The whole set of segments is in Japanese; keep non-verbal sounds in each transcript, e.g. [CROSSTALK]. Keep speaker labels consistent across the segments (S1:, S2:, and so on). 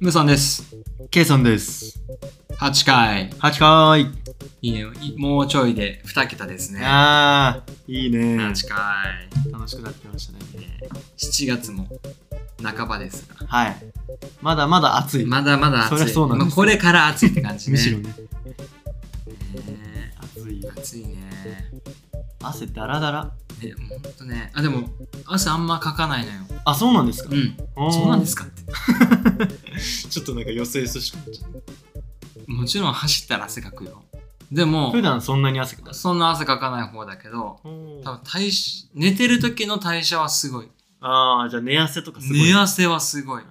S1: ムさんです。
S2: K さんです。
S1: 8回。
S2: 8回。
S1: いいね。いもうちょいで2桁ですね。
S2: ああ、いいね。
S1: 8回。
S2: 楽しくなってきましたね。
S1: ね7月も半ばですが。
S2: はい。まだまだ暑い。
S1: まだまだ暑い。
S2: そりゃそうなんです
S1: まあこれから暑いって感じね。
S2: [LAUGHS] むしろね。
S1: ね
S2: 暑いよ。
S1: 暑いね。
S2: 汗だらだら。
S1: ね、もうほんとね。あ、でも、汗あんまかかないのよ。
S2: あ、そうなんですか
S1: う。ん。
S2: あー
S1: そうなんですかって。
S2: ちょっとなんかよそよそしくなっちゃう
S1: もちろん走ったら汗かくよ。でも
S2: 普、段そんなに汗かかない
S1: そんな汗かかない方だけど、多分代謝寝てる時の代謝はすごい。
S2: ああ、じゃあ寝汗とかすごい。
S1: 寝汗はすごい。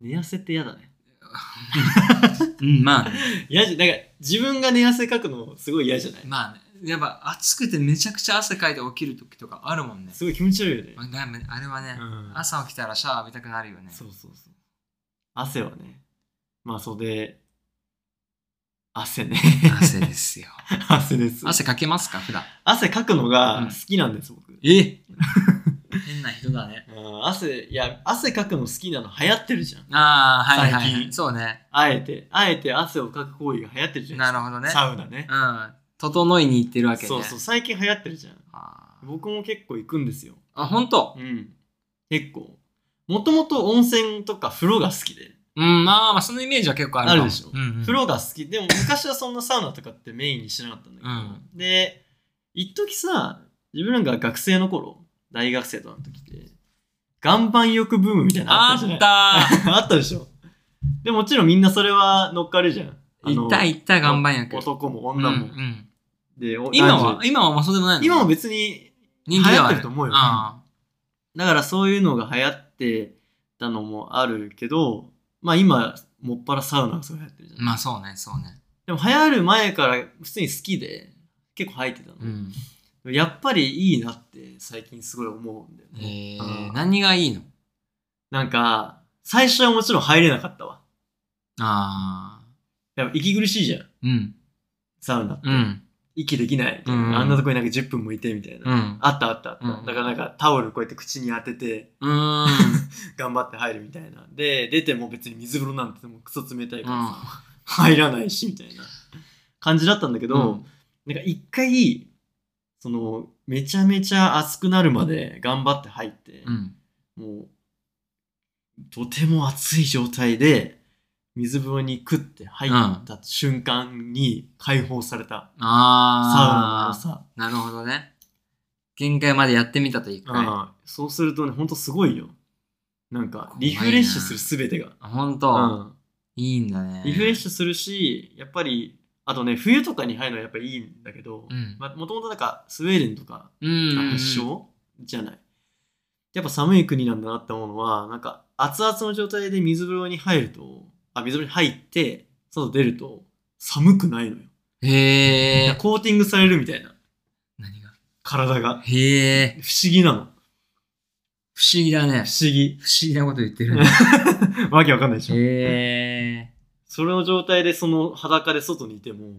S2: 寝汗って嫌だね。
S1: うん、まあね。
S2: 嫌じゃ、なんか自分が寝汗かくのすごい嫌じゃない
S1: まあね。やっぱ暑くてめちゃくちゃ汗かいて起きる時とかあるもんね。
S2: すごい気持ち悪いよね
S1: ま。あだめあれはね、
S2: うん
S1: 朝起きたらシャワー浴びたくなるよね。
S2: そうそうそう。汗はね。まあ、袖。汗ね。
S1: 汗ですよ。
S2: [LAUGHS] 汗です。
S1: 汗かけますか、普段。
S2: 汗かくの
S1: うん
S2: が好きなんです、僕。
S1: え変な人だね。
S2: うん汗、いや、汗かくの好きなの流行ってるじゃん。
S1: ああ、はいはい、は
S2: 最
S1: い。
S2: 近
S1: そうね。
S2: あえて、あえて汗をかく行為が流行ってるじゃん。
S1: なるほどね。
S2: サウナね。
S1: うん。整いに行ってるわけね。
S2: そうそう、最近流行ってるじゃん。
S1: あー
S2: 僕も結構行くんですよ。
S1: あ、本当。
S2: うん。結構。もともと温泉とか風呂が好きで。
S1: うん、まあまあ、そのイメージは結構あるかも
S2: あるでしょ
S1: うんうん
S2: 風呂が好き。でも昔はそんなサウナとかってメインにしなかったんだけど。
S1: うん
S2: で、一時さ、自分らが学生の頃、大学生とかの時って、岩盤浴ブームみたいなの
S1: あ
S2: じゃない
S1: った
S2: あったでしょ。でもちろんみんなそれは乗っかるじゃん。あ
S1: ー
S2: の
S1: いたいた、岩盤浴。
S2: 男も
S1: うんう
S2: 女も。
S1: ん、
S2: で、お
S1: 今
S2: 男
S1: は
S2: 女
S1: 今はもうそうでもないの
S2: 今も別に、
S1: 人気ではあ
S2: 流行ってると思うよ
S1: あ
S2: だからそういうのが流行ってたのもあるけど、まあ今、もっぱらサウナがすごい流行ってるじゃ
S1: あ
S2: ん。
S1: まあそうね、そうね。
S2: でも流行る前から普通に好きで、結構入ってたの。
S1: うん。
S2: やっぱりいいなって最近すごい思うんだよ
S1: え
S2: ね。
S1: ー
S2: うん
S1: 何がいいの
S2: なんか、最初はもちろん入れなかったわ。
S1: ああ。
S2: やっぱ息苦しいじゃん、
S1: うん。
S2: サウナって。
S1: うん。
S2: 息できないみたいな、
S1: うん
S2: あんなとこになんか10分もいてみたいな。
S1: うん。
S2: あったあったあった、
S1: うん
S2: だからなんかタオルこうやって口に当てて
S1: うーん。
S2: 頑張って入るみたいなで出ても別に水風呂なんてもうクソ冷たいから
S1: うん
S2: さ、入らないしみたいな感じだったんだけど、
S1: うん
S2: なんか一回そのめちゃめちゃ熱くなるまで頑張って入って、
S1: うん。
S2: もうとても熱い状態で水風呂に食って入った瞬間に解放された、
S1: ああ。
S2: サウナの良さ、
S1: なるほどね。限界までやってみたと一回。あ、
S2: うんそうするとねほんとすごいよなんかリフレッシュするすべてが
S1: ほん
S2: う
S1: と。
S2: ん、
S1: いいんだね。
S2: リフレッシュするしやっぱりあとね冬とかに入るのはやっぱりいいんだけど、
S1: うん
S2: まもともとなんかスウェーデンとか
S1: うんうんうん。
S2: 発祥じゃないやっぱ寒い国なんだなって思うのはなんか熱々の状態で水風呂に入るとあ水風呂に入って外出ると寒くないのよ、
S1: へえ。
S2: コーティングされるみたいな
S1: 何が
S2: 体が
S1: へえ。
S2: 不思議なの
S1: 不思議だね。
S2: 不思議 [LAUGHS]
S1: 不思議なこと言ってるね。
S2: わけわかんないでしょ
S1: へえ。
S2: それの状態でその裸で外にいても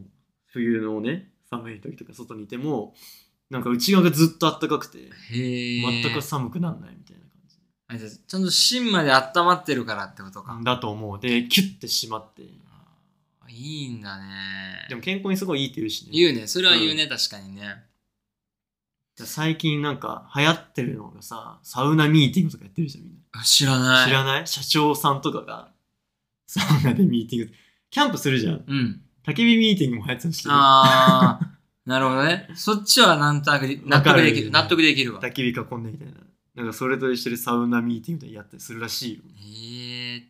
S2: 冬のね寒い時とか外にいてもなんか内側がずっと暖かくて
S1: [LAUGHS] へえ。
S2: 全く寒くなんないみたいな感じ
S1: あじゃあちゃんと芯まで温まってるからってことか。
S2: だと思うでキュッてしまって
S1: いいんだね。
S2: でも健康にすごいいいって言うしね
S1: 言うね。それは言うね、確かにね。
S2: 最近なんか流行ってるのがさサウナミーティングとかやってるじゃんみんな、
S1: あ知らない。
S2: 知らない社長さんとかがサウナでミーティングキャンプするじゃん
S1: うん。
S2: 焚き火ミーティングも流行ってたし
S1: ああ、なるほどね。そっちはなんとなく納
S2: わか
S1: 得
S2: る
S1: できる。納得できるわ。へ
S2: 焚き火囲んでみたいななんかそれと一緒でサウナミーティングでやったりするらしいよ
S1: え。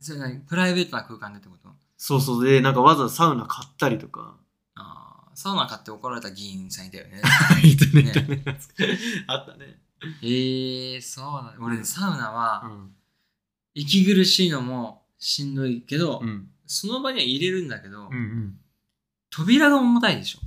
S1: それ何プライベートな空間でってこと
S2: そうそうで、なんかわざわざサウナ買ったりとか。
S1: ああ、サウナ買って怒られた議員さんいたよね。
S2: [LAUGHS] いた
S1: ねいた
S2: ね。 [LAUGHS] あったね。
S1: へえ、そうなの。俺ね、サウナ
S2: う
S1: は、
S2: ん。
S1: 息苦しいのもしんどいけど、
S2: うん。
S1: その場には入れるんだけど、
S2: うん
S1: 扉が重たいでしょ。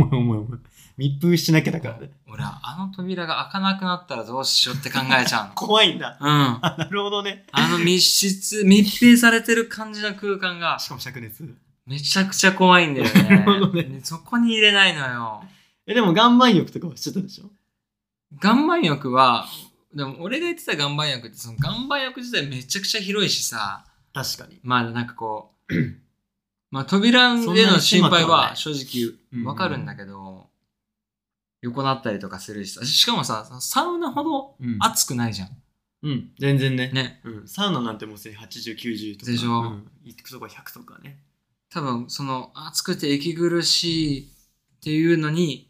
S2: うん。重い重い重い。密封しなきゃだからね。
S1: 俺はあの扉が開かなくなったらどうしようって考えち
S2: [LAUGHS]
S1: ゃうの。
S2: [LAUGHS] 怖いんだ。
S1: うん。あ
S2: あ、なるほどね。
S1: の密室、密閉されてる感じの空間が
S2: しかも灼熱。
S1: めちゃくちゃ怖いんだよね。
S2: なるほどね
S1: でそこに入れないのよ。
S2: え、でも岩盤浴とかはしてたでしょ
S1: 岩盤浴はでも俺が言ってた岩盤浴ってその岩盤浴自体めちゃくちゃ広いしさ
S2: 確かに。
S1: まあなんかこ
S2: [CLEARS THROAT]
S1: うまあ扉での心配は正
S2: うん
S1: 直わかるんだけど、横なったりとかするしさしかもさサウナほど
S2: うん
S1: 暑くないじゃん、
S2: うん、全然ね。
S1: ね
S2: うん、サウナなんてもうすでに80、90とか。
S1: でしょ
S2: うん、行くとこ100とかね。
S1: 多分その暑くて息苦しいっていうのに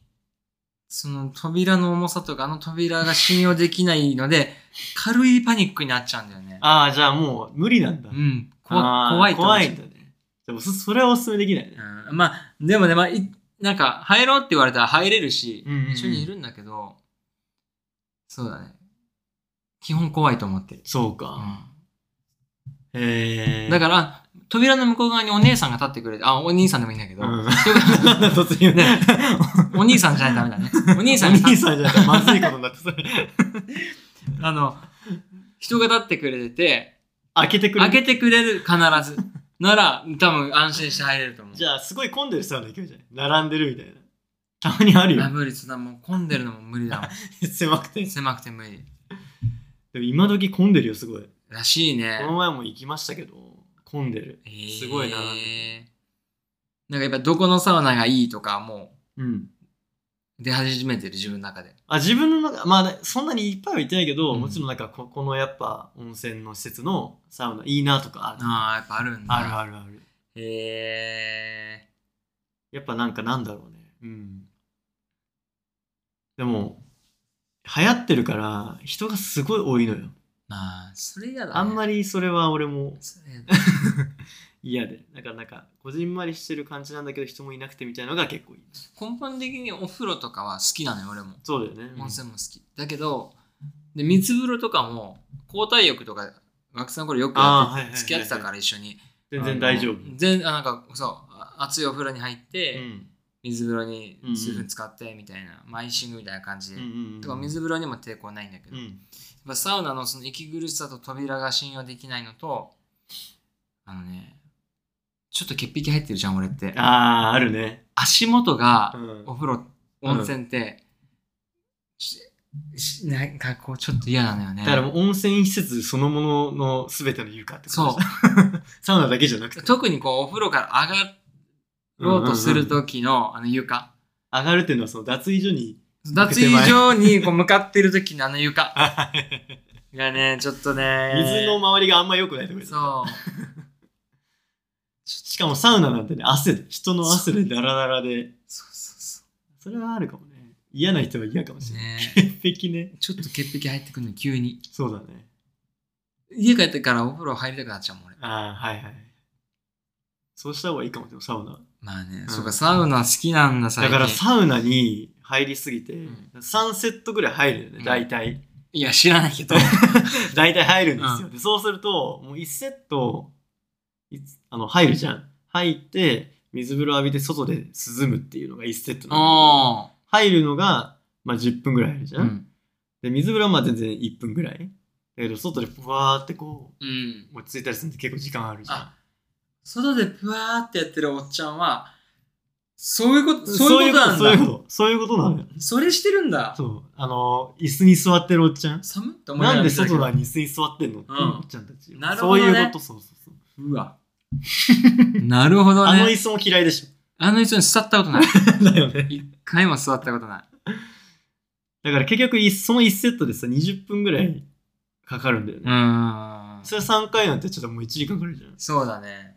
S1: その扉の重さとかあの扉が信用できないので軽いパニックになっちゃうんだよね
S2: ああ、じゃあもう無理なんだ。
S1: うんこ
S2: あー
S1: 怖いと思う
S2: 怖いんだね。でもそそれはおすすめできないね。
S1: うんまあでもねまあいなんか入ろうって言われたら入れるし、
S2: うんうんうん
S1: 一緒にいるんだけどそうだね基本怖いと思ってる、
S2: そうか。へえ。
S1: だから扉の向こう側にお姉さんが立ってくれてあお兄さんでもいいんだけど、
S2: うん、 [LAUGHS] 突然ね。
S1: お兄さんじゃないとダメだねお [LAUGHS] 兄さん
S2: お
S1: が立
S2: 兄
S1: っ
S2: さんじゃなくてまずいことになっ
S1: [LAUGHS]
S2: てそれ。
S1: あの人が立ってくれてて
S2: 開けてくれ
S1: 開
S2: る。
S1: けてくれる必
S2: [LAUGHS]
S1: ずなら多分安心して入れると思う
S2: じゃあ、すごい混んでるサウナ行けるじゃない並んでるみたいな。たまにある
S1: あ
S2: よ。
S1: 無理だもう混んでるのも無理だも
S2: [LAUGHS]
S1: ん
S2: 狭くて。で
S1: 狭くて無理
S2: も今時混んでるよ、すごい。
S1: らしいね
S2: この前も行きましたけど、混んでる。すごいな
S1: へーなんかやっぱどこのサウナがいいとかも
S2: うん。
S1: う出始めてる自分の中で。
S2: あ自分の中、まあね、そんなにいっぱいは行ってないけど、
S1: うん
S2: もちろんなんかこ、このやっぱ温泉の施設のサウナいいなとかある。
S1: ああ、やっぱあるんだ。
S2: あるあるある。
S1: へえ。
S2: やっぱなんかなんだろうね。うん。でも、流行ってるから、人がすごい多いのよ。
S1: まあ、それやだ、ね。
S2: あんま
S1: り。
S2: りそれは俺も
S1: それやだ
S2: 嫌で。だからなんか、こじんまりしてる感じなんだけど、人もいなくてみたいのが結構いい。
S1: 根本的にお風呂とかは好きなのよ、俺も。
S2: そうだよね。うん
S1: 温泉も好き。だけど、で水風呂とかも、交代浴とか、学生の頃よく
S2: あーはい
S1: や
S2: はいはい
S1: って
S2: はい
S1: 付き合ってたから一緒に。
S2: 全然大丈夫。
S1: あの全あなんかそう、あ熱いお風呂に入って、
S2: うん。
S1: 水風呂に数分使ってみたいな、マイシングみたいな感じ
S2: うん
S1: で。
S2: うんうん。
S1: とか水風呂にも抵抗ないんだけ
S2: う
S1: ど、
S2: ん。
S1: まあサウナのその息苦しさと扉が信用できないのとあのねちょっと潔癖入ってるじゃん俺って
S2: ああ、あるね。
S1: 足元が
S2: うん
S1: お風呂
S2: うん
S1: 温泉って、ししなんかこうちょっと嫌なのよね
S2: だからもう温泉施設そのものの全ての床ってこと
S1: そ
S2: でしょサウナだけじゃなくて
S1: う特にこうお風呂から上がろうとする時のあの床
S2: 上がるっていうのはその脱衣所に
S1: 脱衣所にこう向かってる時のあの床がねちょっとね
S2: 水の周りがあんま良くないところです
S1: そう
S2: しかもサウナなんてね汗で人の汗でダラダラで
S1: そうそうそ
S2: それはあるかもね嫌な人は嫌かもし
S1: う
S2: れない
S1: ね
S2: 潔癖ね
S1: ちょっと潔癖入ってくるの急に。
S2: そうだね
S1: 家帰ってからお風呂入りたくなっちゃうもん俺。
S2: ああはいはいそうした方がいいかもでもサウナ
S1: まあね、
S2: ん
S1: そうか、サウナ好きなんだ、最
S2: だ
S1: 近。
S2: からサウナに入りすぎて、
S1: ん
S2: 3セットぐらい入るよね大体、
S1: いや、知らないけ
S2: [LAUGHS]
S1: ど。
S2: 大体入るんですよ。で、そうすると、もう1セット、いつあの、入るじゃん。入って、水風呂浴びて外で涼むっていうのが1セットなんだ
S1: お
S2: けど入るのが、まあ、10分ぐらい入るじ
S1: ー
S2: ゃ。
S1: うんん。
S2: で、水風呂はまあ全然1分ぐらい。だけど、外でふわーってこ
S1: うん。
S2: う、落ち着いたりするんで結構時間あるじゃん
S1: あ。外でぷわーってやってるおっちゃんは、そういうこと、そ
S2: そうう
S1: い
S2: いうう
S1: こ
S2: ことと、そ
S1: な
S2: ういう
S1: んだ。
S2: こと、そういうことなのよ。
S1: それしてるんだ。
S2: そう。あの、椅子に座ってるおっちゃん。
S1: 寒って思いなが
S2: なん
S1: ら
S2: で
S1: 見てたけ
S2: 外
S1: ど
S2: なのに椅子に座ってんのって、
S1: うん
S2: おっちゃんたち。
S1: なるほどね
S2: そういうこと、そうそうそう。
S1: うわ。 [LAUGHS] なるほど
S2: あの椅
S1: ね。
S2: 子も嫌いでし
S1: あの椅子に座ったことない。 [LAUGHS]
S2: ょ。だよね。
S1: 一回も座ったこと
S2: [LAUGHS]
S1: ない。
S2: だから結局いその1セットでさ20分ぐらいかかるんだよ
S1: う
S2: ね、
S1: ーん。
S2: それ3回なんてちょっともう1時間かかるじゃんだ
S1: そうだね。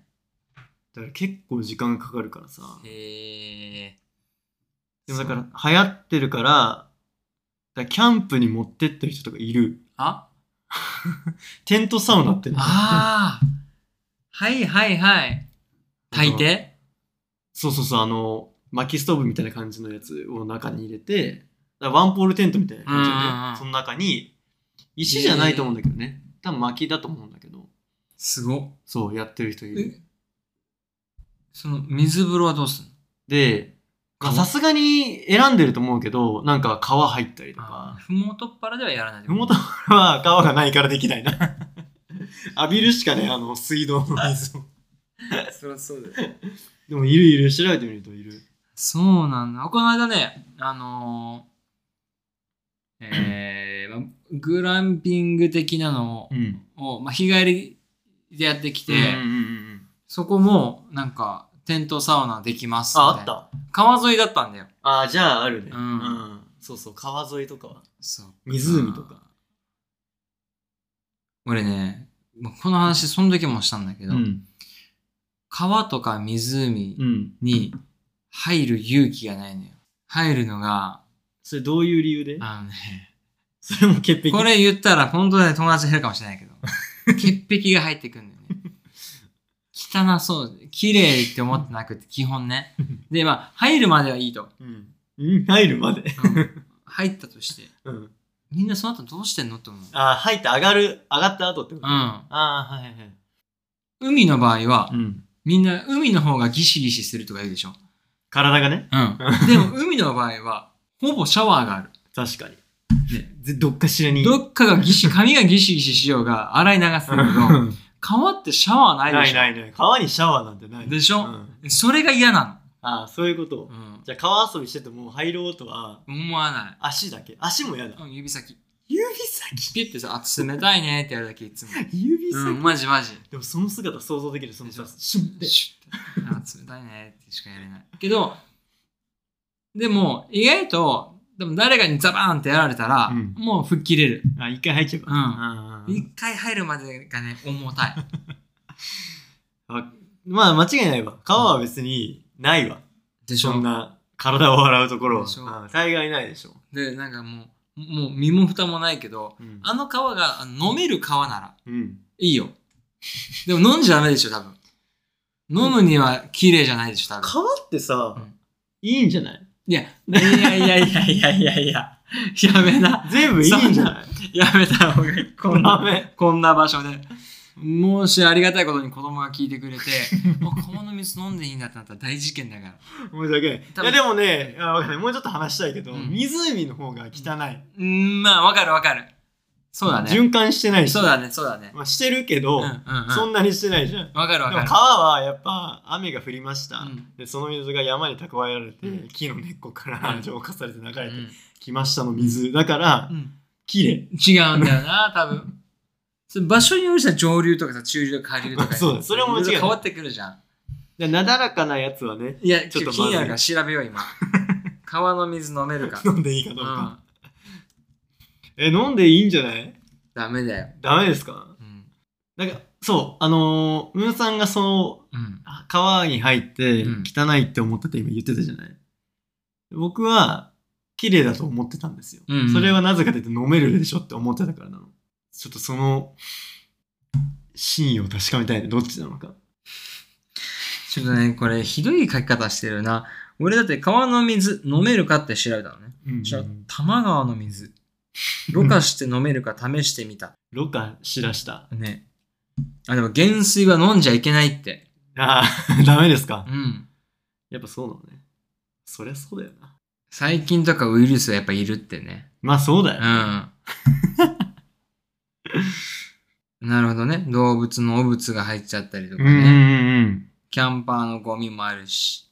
S2: から結構時間かかるからさ
S1: へえ。
S2: でもだから流行ってるからだからキャンプに持ってってる人とかいる [LAUGHS]
S1: あ
S2: テントサウナってね
S1: ああ。はいはいはい。炊いて
S2: そうそうそうあの薪ストーブみたいな感じのやつを中に入れてだからワンポールテントみたいな感じで、ね
S1: うんうんうん
S2: その中に石じゃないと思うんだけどね多分薪だと思うんだけど
S1: すごっ。
S2: そうやってる人いる
S1: えその水風呂はどうすんの
S2: で、まあさすがに選んでると思うけど、なんか皮入ったりと
S1: あ
S2: か、
S1: ーふもとっぱらではやらない
S2: ふもとは皮がないからできないな。 [LAUGHS] 浴びるしかね、あの、水道の水を。
S1: そりゃそうだよ。
S2: [LAUGHS] でも、いるいる、調べてみるといる。
S1: そうなんだ。この間ね、あのー、えー、まあグランピング的なの
S2: うん。
S1: を、まあ、日帰りでやってきて、
S2: うんうんうんうん
S1: そこもなんかテントサウナできます
S2: あ、あっ
S1: みたいな
S2: た。
S1: 川沿いだったんだよ
S2: あ、じゃああるね。
S1: うん
S2: そうそう、川沿いとかは。
S1: そう
S2: 湖とか。
S1: 俺ねまあこの話その時もしたんだけど、
S2: ん。
S1: 川とか湖
S2: うん。
S1: に入る勇気がないのよ入るのが
S2: それどういう理由で
S1: あのね
S2: それも潔癖。
S1: これ言ったら本当に友達減るかもしれない
S2: [LAUGHS]
S1: けど潔癖が入ってくるんだよね汚そう綺麗って思ってなくて基本
S2: [LAUGHS]
S1: ねでまあ入るまではいいと、
S2: うん。うん入るまで。
S1: うん入ったとして
S2: うん。
S1: みんなその後どうしてんのって思う
S2: あ、入って上がる、上がった後ってこと
S1: うん
S2: あー、はいはいはい。
S1: 海の場合は、
S2: ん。
S1: みんな海の方がギシギシするとか言うでしょ
S2: 体がね。
S1: うんでも海の場合はほぼシャワーがある
S2: 確かに。
S1: ね
S2: でどっかしらに。
S1: どっかがギシ髪がギシギシしようが洗い流すんだけ
S2: う
S1: ど
S2: ん
S1: 川ってシャワーない
S2: な
S1: で
S2: い
S1: しょ
S2: ないない。川にシャワーなんてない。
S1: でしょ
S2: うん
S1: それが嫌な
S2: ああ、そういうこと
S1: の、。うん、
S2: じゃあ川遊びしてても入ろうとは、
S1: 思わない
S2: 足だけ。足も嫌だ。
S1: うん、指先。
S2: 指先。
S1: ピッてさ、あ、冷たいねってやるだけいつも。
S2: 指
S1: [LAUGHS]
S2: 先。
S1: うん、マジマジ。
S2: でもその姿想像できる、そのさ、
S1: で
S2: シュンって。
S1: シュッてあ、冷たいねってしかやれない。けど、でも、意外と、でも誰かにザバーンってやられたら、
S2: うん
S1: もう吹っ切れる。
S2: あ、一回入っちゃえば。
S1: うん
S2: あー
S1: 一回入るまでがね、重たい。
S2: あまあ、間違いないわ。川は別にないわ。
S1: でし
S2: そ
S1: ょ
S2: んな体を洗うところ
S1: でしょ
S2: は。うん大概ないでしょ。
S1: で、なんかもう、もう身も蓋もないけど、
S2: うん
S1: あの川があの飲める川なら
S2: うん。
S1: いいよ。でも飲んじゃダメでしょ、多分。飲むには綺麗じゃないでしょ、多分。
S2: 川ってさ
S1: うん、
S2: いいんじゃない
S1: いや、いやいやいやいやいやいや、やめな。
S2: 全部いいんじゃない
S1: やめた方がいい。こん
S2: ダ
S1: な、
S2: メ。
S1: こんな場所で。もしありがたいことに子供が聞いてく
S2: [LAUGHS]
S1: れて、もう川の水飲んでいいんだってなったら大事件だから。
S2: 申し訳ない。
S1: 多分
S2: いや、でもね、あわかんないもうちょっと話したいけど、
S1: うん
S2: 湖の方が汚い。
S1: うーん、まあ、わかるわかる。そうだね。
S2: 循環してないし。
S1: そうだね、そうだね。
S2: まあ、してるけ
S1: う
S2: ど
S1: ん、うん
S2: そ
S1: うん
S2: なにしてないじゃん。
S1: ん。わかるわ
S2: でも
S1: か
S2: 川はやっぱ雨が降りました、
S1: る。うん
S2: でその水が山に蓄えられて、
S1: うん
S2: 木の根っこか
S1: う
S2: ら
S1: ん
S2: 浄化されて流れ
S1: う
S2: て
S1: ん
S2: きましたの水だから
S1: うん
S2: 綺麗
S1: 違うんだよな、多分。それ場所によるじゃ上流とかさ、中流とか下流とか。
S2: [LAUGHS] そうだそれも間違いな
S1: ろ
S2: い
S1: ろ変わってくるじゃん。
S2: でなだらかなやつはね
S1: いや、
S2: ち
S1: ち
S2: ょ
S1: ょ
S2: っ
S1: っと気
S2: とまずい
S1: になるから調べよう、
S2: [LAUGHS]
S1: 今。川の水飲めるか。
S2: 飲んでいいかどう
S1: う
S2: か
S1: ん、
S2: え飲んでいいんじゃない
S1: ダメだよ。
S2: ダメですか
S1: うん。
S2: なんかそうあのームーさんがその
S1: うん。
S2: あ川に入って
S1: うん
S2: 汚いって思ったって今言ってたじゃない、僕は綺麗だと思ってたんですよ、
S1: うんうん
S2: それはなぜかというと飲めるでしょって思ってたからなのちょっとその真意を確かめたいねどっちなのか
S1: ちょっとね、これ、ひどい書き方してるな。俺だって川の水飲めるかって調べたのね。
S2: うん
S1: じゃあ、多摩川の水。ろ過して飲めるか試してみた。
S2: ろ過しだした
S1: ね。あ、でも、減水は飲んじゃいけないって。
S2: ああ [LAUGHS] ダメですか
S1: うん。
S2: やっぱそうなのねそりゃそうだよな
S1: 細菌とかウイルスはやっぱいるってね。
S2: まあそう [LAUGHS] だよ、
S1: うん。なるほどね。動物の汚物が入っちゃったりとかね。
S2: うん
S1: キャンパーのゴミもあるし。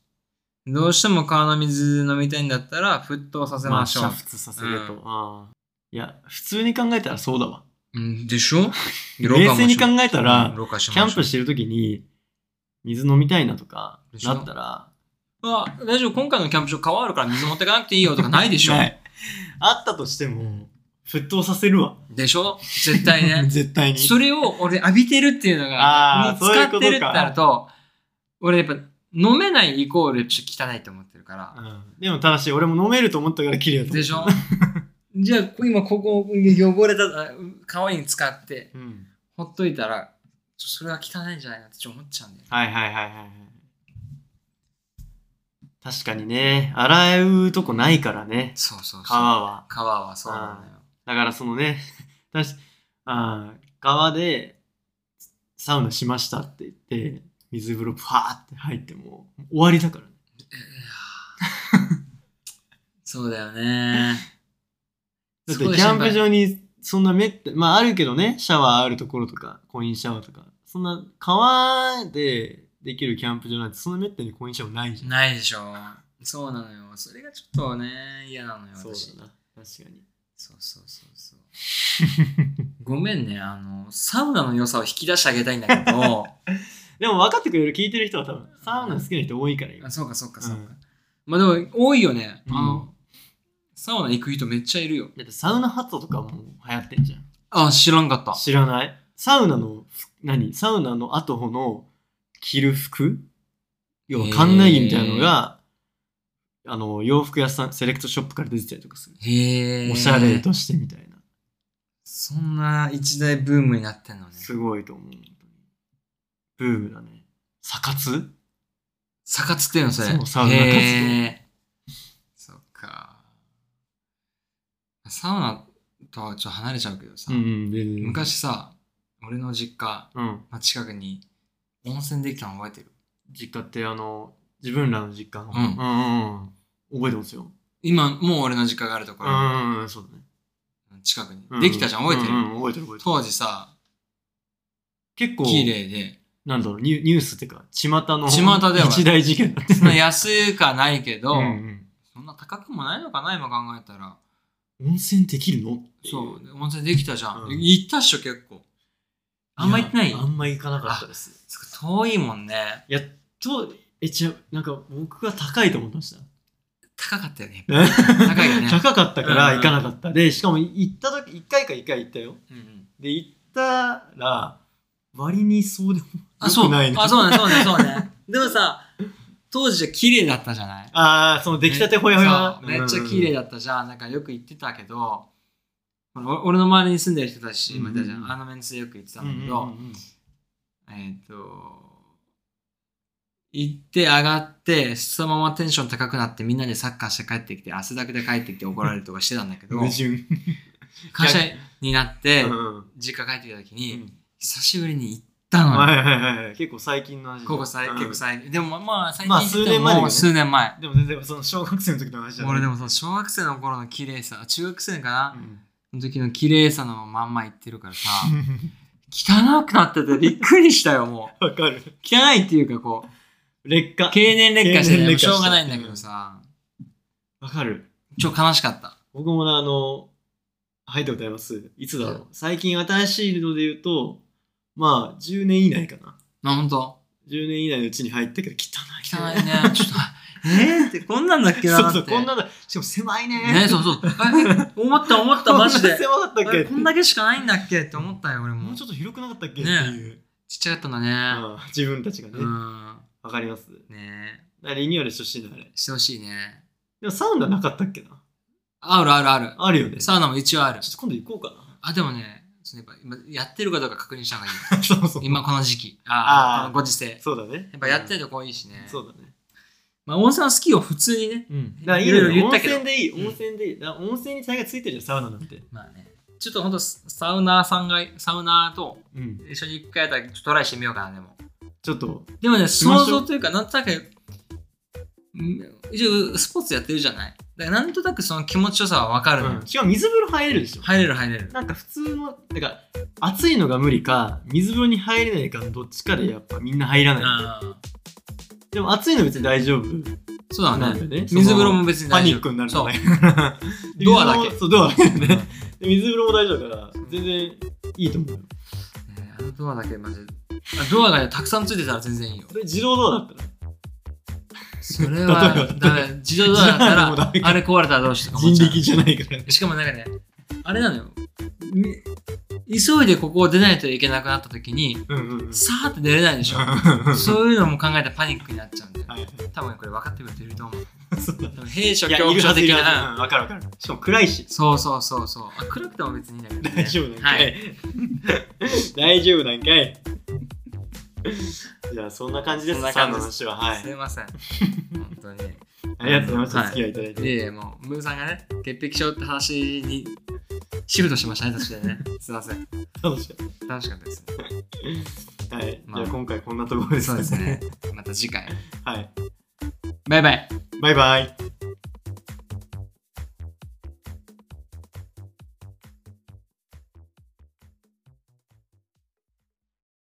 S1: どうしても川の水飲みたいんだったら沸騰させ
S2: ま
S1: ま
S2: あ
S1: しょう
S2: 煮。沸させると、
S1: うん
S2: ああいや普通に考えたらそうだわ
S1: うん、でしょ
S2: [LAUGHS] 冷静に考えたら、
S1: キ
S2: キャンプ
S1: し
S2: してる時に水飲みたいなとか
S1: でしょ
S2: なったら
S1: あ大丈夫、今回のキャンプ場川あるから水持ってかなくていいよとかないでしょ
S2: ないあったとしても沸騰させるわ
S1: でしょ絶対
S2: [LAUGHS]
S1: ね。
S2: 絶対に
S1: それを俺浴びてるっていうのが、
S2: あー
S1: 使って
S2: そうい
S1: る
S2: うこと
S1: って
S2: か
S1: なると、俺やっぱ飲めないイコールちょっと汚いと思ってるから。
S2: うんでも正しい俺も飲めると思ったから綺麗だと思う
S1: でしょじゃあ今ここ汚れたあ川に使って
S2: うん
S1: ほっといたらちょそれは汚いんじゃないかってちょっと思っちゃうんだよね
S2: はいはいはいはいはい確かにね洗うとこないからね
S1: そうそうそう
S2: 川は
S1: 川はそうなのよ
S2: だからそのね [LAUGHS] 確かあー川でサウナしましたって言って水風呂パーって入っても終わりだからね
S1: そうだよね
S2: だっ
S1: そ
S2: て
S1: こで
S2: キャ
S1: 心
S2: ン
S1: 配
S2: プ場にそんなめって、まああるけどね、シャワーあるところとか、コインシャワーとか、そんな川でできるキャンプ場なんてそんなめったにコインシャワーないじゃん。
S1: ないでしょそうなのよそれがちょっとね嫌なのよ
S2: そう
S1: 私
S2: だな。確かに。
S1: そうそうそうそう。 [LAUGHS] ごめんね、あの、サウナの良さを引き出してあげたいんだけ
S2: [LAUGHS]
S1: ど、
S2: でも分かってくれる聞いてる人は多分サウナ好きな人多いから今
S1: あそうかそうかそうか。
S2: うん
S1: まあでも、多いよね。あの、
S2: うん
S1: サウナ行く人めっちゃいるよ。
S2: だってサウナハットとかもう流行ってんじゃん
S1: あ、知らんかった。
S2: 知らないサウナの何サウナの後の着る服要は館内着みたいなのが、あの洋服屋さんセレクトショップから出てたりとかする、
S1: へえ。
S2: おしゃれとしてみたいな
S1: そんな一大ブームになってんのね。
S2: すごいと思う本当にブームだねサカツ
S1: サカツっていうのそれ。
S2: そうサウナ活動
S1: へーそっか。サウナとはちょっと離れちゃうけどさ、
S2: ん、で
S1: 昔さ、俺の実家、
S2: うん
S1: まあ、近くに温泉できたの覚えてる
S2: 実家ってあの自分らの実家の、
S1: うん
S2: うんうんうん、覚えてますよ
S1: 今、もう俺の実家があるとこ
S2: う
S1: ろ、
S2: んうんうんそうだね
S1: 近くに
S2: う。ん
S1: できたじゃん、覚えてる、
S2: うんうん、覚えてる覚えてる
S1: 当時さ、
S2: 結構
S1: 綺麗で、
S2: なんだろうニュニュースっていうか巷の
S1: 巷では
S2: 一大事件だって
S1: そんな安くはないけど、
S2: うんうん
S1: そんな高くもないのかな、今考えたら。
S2: 温泉できるの
S1: そう、で温泉できたじゃん。
S2: うん
S1: 行ったっしょ、結構。あんま行ってない
S2: やあんま行かなかったです
S1: すごい遠いもんね。
S2: いやとえ違うなんか僕が高いと思ってました
S1: 高かったよね。
S2: 高
S1: 高いよね。
S2: [LAUGHS] 高かったから行かなかった、でしかも行った時1回か1回行ったよ
S1: うんうん
S2: で行ったら割にそ
S1: [LAUGHS]
S2: うでも
S1: あ、そ
S2: 良
S1: う。
S2: くないな
S1: あ、そうね、そうね、そう
S2: [LAUGHS]
S1: ね。でもさ、当時は綺麗だったじゃない
S2: ああその出来たてほやほや
S1: そうめっちゃ綺麗
S2: だ
S1: だったじゃん。なんかよく行ってたけど、この俺の周りに住んでる人たちもいたじゃ。
S2: うんうんん
S1: あのメンツでよく行ってた
S2: うん
S1: だけ
S2: ん
S1: ど、えっと、行って上がって、そのままテンション高くなってみんなでサッカーして帰ってきて、汗だくで帰ってきて怒られるとかしてたんだけど
S2: [LAUGHS] 矛、盾
S1: 会社になって
S2: う、ん
S1: 実家帰ってきた時
S2: う
S1: に、
S2: ん
S1: 久しぶりに行ったのよ。
S2: はいはいはい結構最近の話
S1: ここ最
S2: うん
S1: 結構最近でもまあ最
S2: まあ
S1: 近って言っても
S2: 数年前
S1: 数年前
S2: だよねでも全然その小学生の時の話じゃない
S1: 俺でもその小学生の頃の綺麗さ中学生かな
S2: う、ん [LAUGHS]
S1: の時の綺麗さのまんま言ってるからさ汚くなっててびっくりしたよもう
S2: わかる
S1: 汚いっていうかこう
S2: 劣化
S1: 経年劣化して
S2: 経年
S1: ねし
S2: 劣化
S1: ょ
S2: し
S1: う
S2: た
S1: がないんだけどさ
S2: わかる
S1: ちょっと悲しかった
S2: 僕もねあのはいでございますいつだろ
S1: う
S2: う最近新しいので言うとまあ10年以内かな
S1: まあほんと
S2: 10年以内のうちに入ったけど汚
S1: 汚
S2: い [LAUGHS]
S1: いねちょっとえーってこんなんだっけなって
S2: そうそうこんなのしかも狭いね
S1: ねそうそうえ思った思ったマジで
S2: こんな狭かったっ
S1: あれ
S2: け
S1: こんだけしかないんだっけって思ったよ俺
S2: も
S1: も
S2: うち
S1: ち
S2: ょ
S1: っ
S2: っと広くなかったっけっていう
S1: ちゃかったんだね
S2: ああ自分たちがね
S1: う
S2: わ
S1: ん
S2: かります
S1: ね
S2: だからリニューアルしてほしいなあれ
S1: してほしいね
S2: でもサウナなかったっけな
S1: あるあるある。
S2: あるよね
S1: サウナも一応ある
S2: ちょ。っと今度行こうかな [LAUGHS]
S1: あ、でもね、そのやっぱ今やってるかどうか確認した方がい
S2: そうそう
S1: い。今この時期。ああ、
S2: あー
S1: このご時世。
S2: そうだね
S1: やっぱやってるとこいいしね。
S2: そうだね
S1: まあ温泉は好きよ、普通にね。
S2: うんだからい
S1: いろいろ
S2: い
S1: 言
S2: よ
S1: っ
S2: ね温
S1: たけど
S2: 泉でいい
S1: ん
S2: 温泉でいいだから温泉に大概ついてるじゃんサウナなんて
S1: まあね。ちょっとほんとササウナーさんが、サウナーと
S2: うん
S1: 一緒に一回やったらちょっとトライしてみようかな、でも。
S2: ちょっと
S1: でもね、
S2: しましょ
S1: 想
S2: う
S1: 像というか、なんとなく、うん一応スポーツやってるじゃないだからなんとなくその気持ちよさはわかるのよ、
S2: うんしかも水風呂入れるでしょ
S1: 入れる入れる。
S2: なんか普通のだから暑いのが無理か水風呂に入れないかのどっちかでやっぱみんな入らない
S1: ああ、
S2: でも暑いの別に大丈夫
S1: そうだ
S2: なん
S1: ね
S2: だ。よねその
S1: 水風呂も別に
S2: パ
S1: 大
S2: ニ
S1: 丈夫
S2: ックになるんじゃない
S1: うドアだけ
S2: 水風呂もそうドアだけだ
S1: [LAUGHS]
S2: よ
S1: うん
S2: ねで水風呂も大丈夫だから全然いいと思うよ
S1: ねあのドアだけマジであドアがねたくさんついてたら全然いいよ
S2: それ自動ドアだったら
S1: そ
S2: [LAUGHS]
S1: れは
S2: 例えば
S1: ダメ自動ドアだった
S2: 自動 [LAUGHS] ドアもダ
S1: ら
S2: メか
S1: あれ壊れたらどうしようとか思っ
S2: 人
S1: ちゃう
S2: 力じゃないからね
S1: しかもなんかねあれなのよみ急いでここを出ないといけなくなった時に
S2: うんうんうん
S1: さーって出れないでしょ
S2: [LAUGHS] は
S1: そういうのも考えてパニックになっちゃうんだよ
S2: い
S1: 多分これ分かってくれてると思う
S2: そうだ
S1: 多分弊社
S2: [LAUGHS] いや
S1: 恐怖
S2: いる
S1: 症
S2: はずい
S1: 的
S2: るは
S1: な
S2: ずうんわかるわかるしかも暗いし
S1: そうそうそうそうあ暗くても別にいいんだけど、ね、
S2: 大丈夫なん
S1: は
S2: かい
S1: い、
S2: 大丈夫なんかいじゃあそんな感じです
S1: そんな
S2: サウ
S1: 感
S2: ナ
S1: じ
S2: の
S1: です
S2: 話ははい
S1: すい [LAUGHS] ません本当に
S2: ありがとうございま
S1: は
S2: す。
S1: い
S2: 付き合いいただい
S1: いえ
S2: て。
S1: いえ、もう、ムーさんがね、潔癖症って話にシフトしましたね、確かにね。すいません。
S2: 楽しかっ
S1: 楽しかったですね。
S2: た。はい。じ
S1: まあ
S2: ゃあ今回こんなところです
S1: そう
S2: か
S1: です
S2: ね。
S1: ね。また次回。
S2: はい。
S1: バイバイ。
S2: バイバイ。